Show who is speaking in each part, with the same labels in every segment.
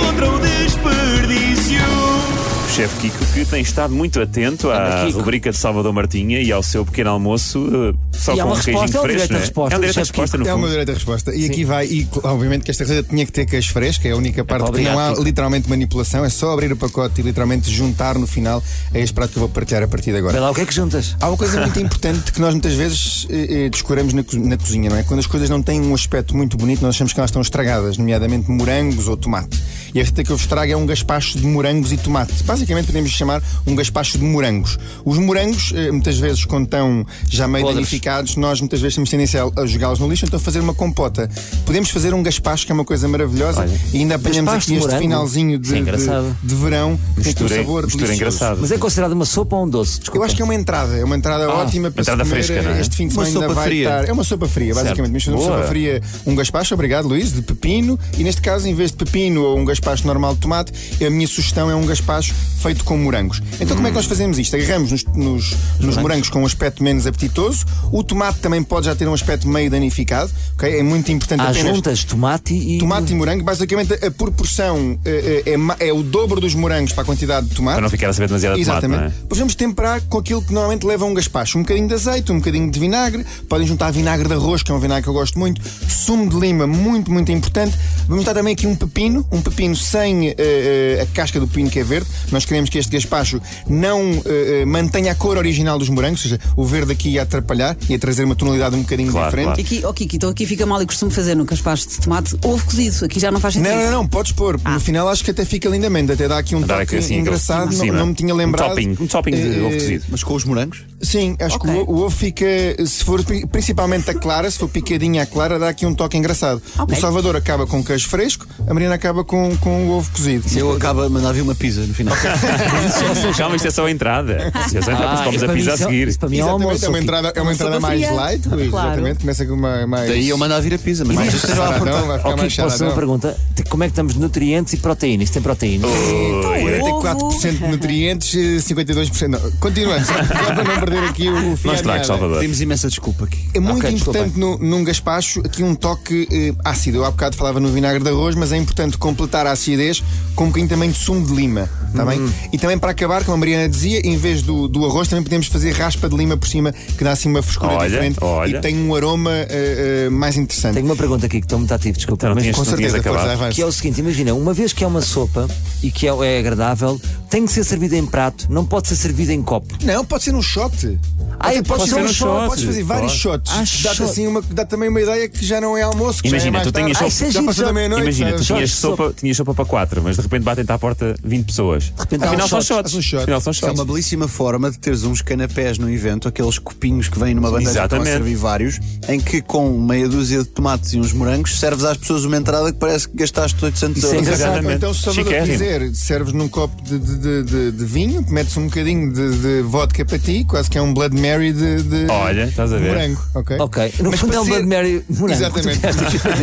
Speaker 1: contra o desperdício.
Speaker 2: Chefe Kiko, que tem estado muito atento à
Speaker 3: Kiko.
Speaker 2: rubrica de Salvador Martinha e ao seu pequeno almoço, eh, só
Speaker 3: E há
Speaker 2: com
Speaker 3: uma
Speaker 2: um queijinho
Speaker 3: resposta, é um
Speaker 2: fresco.
Speaker 3: direito à
Speaker 2: não É
Speaker 3: resposta
Speaker 2: um
Speaker 3: do
Speaker 2: direito à
Speaker 3: Chefe
Speaker 2: resposta, no
Speaker 4: É uma
Speaker 2: fundo.
Speaker 4: direita resposta. E aqui vai, e cl- obviamente que esta coisa tinha que ter queijo fresco, é a única parte que não há
Speaker 3: obrigado, Kiko.
Speaker 4: literalmente manipulação, é só abrir o pacote e literalmente juntar no final. É este prato que eu vou partilhar a partir de agora.
Speaker 3: Vê lá o que é que juntas.
Speaker 4: Há uma coisa muito importante que nós muitas vezes eh, eh, descuramos na, co- na cozinha, não é? Quando as coisas não têm um aspecto muito bonito, nós achamos que elas estão estragadas, nomeadamente morangos ou tomate. E esta que eu vos trago é um gaspacho de morangos e tomate. Basicamente podemos chamar um gaspacho de morangos. Os morangos, eh, muitas vezes, quando estão já meio
Speaker 3: Podres.
Speaker 4: danificados, nós muitas vezes temos tendência a- a jogá-los no lixo, então fazer uma compota. Podemos fazer um gaspacho, que é uma coisa maravilhosa,
Speaker 3: Olha,
Speaker 4: e ainda apanhamos
Speaker 3: gaspacho de
Speaker 4: aqui este
Speaker 3: morango.
Speaker 4: finalzinho
Speaker 3: Isso
Speaker 4: de,
Speaker 3: é
Speaker 4: de,
Speaker 3: engraçado.
Speaker 4: de verão, que tem um
Speaker 2: Mistura,
Speaker 4: sabor
Speaker 2: mistura
Speaker 4: delicioso.
Speaker 2: engraçado.
Speaker 3: Mas é considerado uma sopa ou um doce?
Speaker 4: Eu
Speaker 3: Desculpa.
Speaker 4: acho que é uma entrada, é uma entrada ótima para
Speaker 2: Ah, entrada
Speaker 4: se comer.
Speaker 2: fresca, não é?
Speaker 4: Este fim de
Speaker 3: Uma
Speaker 4: semana ainda
Speaker 3: sopa
Speaker 4: vai
Speaker 3: fria.
Speaker 4: estar. É uma sopa fria, basicamente. Mas uma
Speaker 2: Boa.
Speaker 4: sopa fria, um gaspacho, obrigado Luís, de pepino. E neste caso, em vez de pepino ou um gaspacho normal de tomate, a minha sugestão é um gaspacho feito com morangos. Então, como é que nós fazemos isto? Agarramos nos, nos- nos morangos com um aspecto menos apetitoso. O tomate também pode já ter um aspecto meio danificado, ok? É muito importante
Speaker 3: Há
Speaker 4: apenas.
Speaker 3: juntas, tomate e.
Speaker 4: Tomate e morango, basicamente a proporção eh, eh, é, ma- é o dobro dos morangos para a quantidade de tomate.
Speaker 2: Para não ficar a saber demasiado de tomate,
Speaker 4: Exatamente.
Speaker 2: não é?
Speaker 4: Depois vamos temperar com aquilo que normalmente leva um gaspacho. Um bocadinho de azeite, um bocadinho de vinagre. Podem juntar vinagre de arroz, que é um vinagre que eu gosto muito. Sumo de lima, muito, muito importante. Vamos juntar também aqui um pepino. Um pepino sem eh, eh, a casca do pepino, que é verde. Nós queremos que este gaspacho não eh, eh, mantenha a cor original dos morangos. Ou seja, o verde aqui ia atrapalhar, ia trazer uma tonalidade um bocadinho
Speaker 2: Claro,
Speaker 4: diferente.
Speaker 2: claro.
Speaker 5: Aqui, oh Kiki, então aqui fica mal e costumo fazer no caspacho de tomate ovo cozido. Aqui já não faz sentido.
Speaker 4: Não, não, não, podes pôr.
Speaker 5: Ah.
Speaker 4: No final acho que até fica lindamente. Até dá aqui um
Speaker 2: Dar
Speaker 4: toque
Speaker 2: aqui assim, aquele-
Speaker 4: engraçado.
Speaker 2: Sim,
Speaker 4: não,
Speaker 2: é?
Speaker 4: não me tinha lembrado.
Speaker 2: Um topping, um topping de
Speaker 4: Eh,
Speaker 2: ovo cozido.
Speaker 3: Mas com os morangos?
Speaker 4: Sim, acho
Speaker 5: Ok.
Speaker 4: que o, o ovo fica, se for pri- principalmente a clara, se for picadinha a clara, dá aqui um toque engraçado.
Speaker 5: Ok.
Speaker 4: O Salvador acaba com queijo fresco, a Marina acaba com, com o ovo cozido.
Speaker 3: Eu acabo de mandar vir uma pizza no final.
Speaker 2: Calma, isto é só a entrada. Isto é só a entrada,
Speaker 3: Ah,
Speaker 2: mas comes
Speaker 3: isso
Speaker 2: a
Speaker 3: para mim
Speaker 2: pizza a
Speaker 3: isso é-
Speaker 2: seguir.
Speaker 3: isso para mim é um
Speaker 4: Exatamente,
Speaker 3: almoço.
Speaker 4: é uma
Speaker 3: ok.
Speaker 4: entrada, é uma entrada
Speaker 5: sopa
Speaker 4: mais
Speaker 5: fria.
Speaker 4: light, Luís,
Speaker 5: Claro.
Speaker 4: exatamente, começa com uma mais.
Speaker 3: Daí eu mando um a vir a pizza, mas
Speaker 4: mais
Speaker 3: vocês estejam à
Speaker 4: charadão,
Speaker 3: vontade.
Speaker 4: vai
Speaker 3: Ok,
Speaker 4: ficar mais
Speaker 3: posso fazer uma
Speaker 4: charadão.
Speaker 3: pergunta? Te- Como é que estamos de nutrientes e proteínas? Tem
Speaker 2: Oh,
Speaker 3: proteínas?
Speaker 5: ovo.
Speaker 4: 44% de nutrientes, eh, 52%. Não, continuando, só só para não perder aqui o fio.
Speaker 2: Nós
Speaker 4: à
Speaker 2: trago,
Speaker 4: meada.
Speaker 2: Salvador.
Speaker 3: Pedimos imensa desculpa aqui.
Speaker 4: É muito
Speaker 3: Ok, desculpa.
Speaker 4: importante no- num gaspacho aqui um toque eh, ácido. Eu há bocado falava no vinagre de arroz, mas é importante completar a acidez com um bocadinho também de sumo de lima. Está bem? E também para acabar, como a Mariana dizia, em vez do, do arroz também podemos fazer raspa de lima por cima, que dá assim uma frescura
Speaker 2: Olha,
Speaker 4: diferente
Speaker 2: olha.
Speaker 4: e tem um aroma eh, eh, mais interessante.
Speaker 3: Tenho uma pergunta aqui que estou muito ativo, desculpa.
Speaker 2: Então, não
Speaker 3: mas-
Speaker 2: tinhas-
Speaker 4: Com
Speaker 2: não tinhas
Speaker 4: certeza,
Speaker 2: acabado.
Speaker 4: força,
Speaker 3: Que
Speaker 4: avança.
Speaker 3: é o seguinte, imagina, uma vez que é uma sopa e que é, é agradável, tem que ser servida em prato, não pode ser servida em copo.
Speaker 4: Não, pode ser num shot.
Speaker 3: Ah,
Speaker 4: Até
Speaker 3: eu posso
Speaker 4: podes,
Speaker 3: ser
Speaker 4: fazer
Speaker 3: um shot.
Speaker 4: podes fazer vários shots.
Speaker 3: Ah,
Speaker 4: dá
Speaker 3: shot.
Speaker 4: assim uma, dá também uma ideia que já não é almoço, que
Speaker 2: Imagina,
Speaker 4: já é mais
Speaker 2: tu tinhas
Speaker 4: tarde.
Speaker 2: só-
Speaker 4: Ai,
Speaker 3: isso é
Speaker 4: já
Speaker 3: giro,
Speaker 4: passou
Speaker 3: já-
Speaker 4: da meia-noite.
Speaker 2: Imagina, tu
Speaker 4: já-
Speaker 2: tinhas
Speaker 3: Jorge,
Speaker 2: sopa, tinhas sopa para quatro, mas de repente batem-te à porta 20 pessoas. De repente
Speaker 4: há
Speaker 2: Afinal
Speaker 4: uns
Speaker 2: são
Speaker 4: shots,
Speaker 2: shots.
Speaker 4: há uns shots.
Speaker 2: Afinal são
Speaker 4: São
Speaker 3: É
Speaker 2: shots.
Speaker 3: uma belíssima forma de teres uns canapés no evento, aqueles copinhos que vêm numa bandeja que vão
Speaker 2: Exatamente.
Speaker 3: servir vários, em que com meia dúzia de tomates e uns morangos serves às pessoas uma entrada que parece que gastaste 800
Speaker 2: Isso é
Speaker 3: euros.
Speaker 2: engraçado.
Speaker 4: Exato.
Speaker 2: Exatamente.
Speaker 4: Então, se o Salvador
Speaker 2: Chiquérrimo.
Speaker 4: quiser, serves num copo de, de, de, de- de vinho, metes um bocadinho de, de vodka para ti, quase que é um Blood Mary de, de-
Speaker 2: Olha, estás a ver.
Speaker 4: morango. Ok,
Speaker 3: Ok, no
Speaker 4: Mas
Speaker 3: fundo é um
Speaker 4: para
Speaker 3: Blood
Speaker 4: ser-
Speaker 3: Mary morango.
Speaker 4: Exatamente.
Speaker 3: que tu queres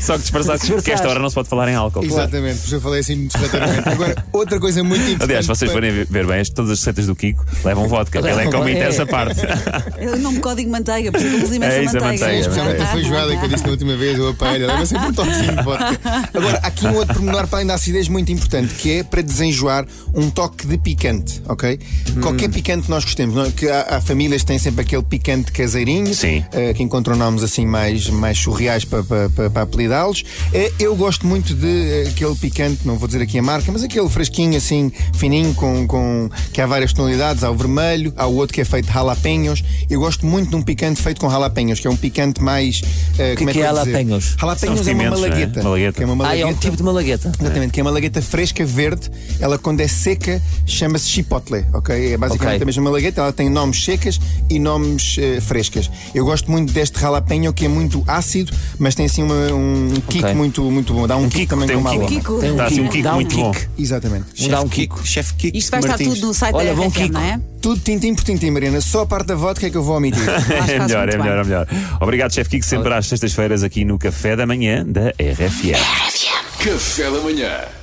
Speaker 2: Só que disfarçaste porque esta hora não se pode falar em álcool.
Speaker 4: Exatamente, por isso eu falei assim muito estrategicamente. Agora, outra coisa muito importante.
Speaker 2: Aliás, vocês
Speaker 4: para-
Speaker 2: forem ver bem, as- todas as receitas do Kiko levam vodka. Ele é que
Speaker 3: Levam
Speaker 2: come
Speaker 3: vodka.
Speaker 2: essa parte.
Speaker 5: Eu não me código manteiga, porque eu uso imensa
Speaker 2: É isso, a
Speaker 5: manteiga.
Speaker 2: manteiga,
Speaker 4: Especialmente a feijoada que eu disse na última vez, ou a paella, leva sempre um toquezinho de vodka. Agora, há aqui um outro pormenor para além da acidez muito importante, que é para desenjoar um toque de picante, ok? Qualquer picante que nós gostemos, não é? que há, há famílias que têm sempre aquele picante caseirinho,
Speaker 2: Sim.
Speaker 4: eh, que encontram nomes assim mais, mais surreais para, para, para, para apelidá-los. Eh, eu gosto muito de eh, aquele picante, não vou dizer aqui a marca, mas aquele fresquinho assim, fininho, com, com, que há várias tonalidades. Há o vermelho, há o outro que é feito de jalapenhos. Eu gosto muito de um picante feito com jalapenhos, que é um picante mais. eh,
Speaker 3: que
Speaker 4: como é que,
Speaker 3: é
Speaker 4: eu vou dizer?
Speaker 3: jalapeños?
Speaker 4: Jalapeños
Speaker 2: São
Speaker 4: é uma
Speaker 2: pimentos, não é?
Speaker 4: malagueta.
Speaker 2: Malagueta.
Speaker 4: Que é uma
Speaker 3: Ah,
Speaker 4: malagueta.
Speaker 3: é um tipo de malagueta.
Speaker 4: Exatamente, que é uma lagueta fresca, verde. Ela, quando é seca, chama-se chipotle, ok? É basicamente
Speaker 3: Ok.
Speaker 4: a mesma lagueta. Ela tem nomes nomes secas e nomes eh, frescas. Eu gosto muito deste jalapeno que é muito ácido, mas tem assim uma- um kick
Speaker 3: Ok.
Speaker 4: muito, muito bom. Dá um, kick,
Speaker 2: kick,
Speaker 4: também
Speaker 2: tem
Speaker 4: com
Speaker 2: um
Speaker 4: uma
Speaker 2: kick.
Speaker 4: aroma.
Speaker 5: Kiko.
Speaker 3: Tem
Speaker 2: Dá assim um kick
Speaker 3: Dá um
Speaker 2: muito bom.
Speaker 3: kick.
Speaker 4: Exatamente.
Speaker 3: Dá um Kiko.
Speaker 6: Chefe Kiko
Speaker 5: Isto vai estar
Speaker 6: Martins.
Speaker 5: tudo no site
Speaker 3: Olha,
Speaker 5: da
Speaker 3: bom
Speaker 5: RFM,
Speaker 3: Kiko.
Speaker 5: não é?
Speaker 4: Tudo tintim por tintim, Marina. Só a parte da vodka é que eu vou omitir.
Speaker 5: Acho que
Speaker 2: É
Speaker 5: faz
Speaker 2: melhor,
Speaker 5: muito
Speaker 2: é
Speaker 5: bem.
Speaker 2: melhor, é melhor. Obrigado, chefe Kiko, sempre às sextas-feiras aqui no Café da Manhã da RFM.
Speaker 7: Café da Manhã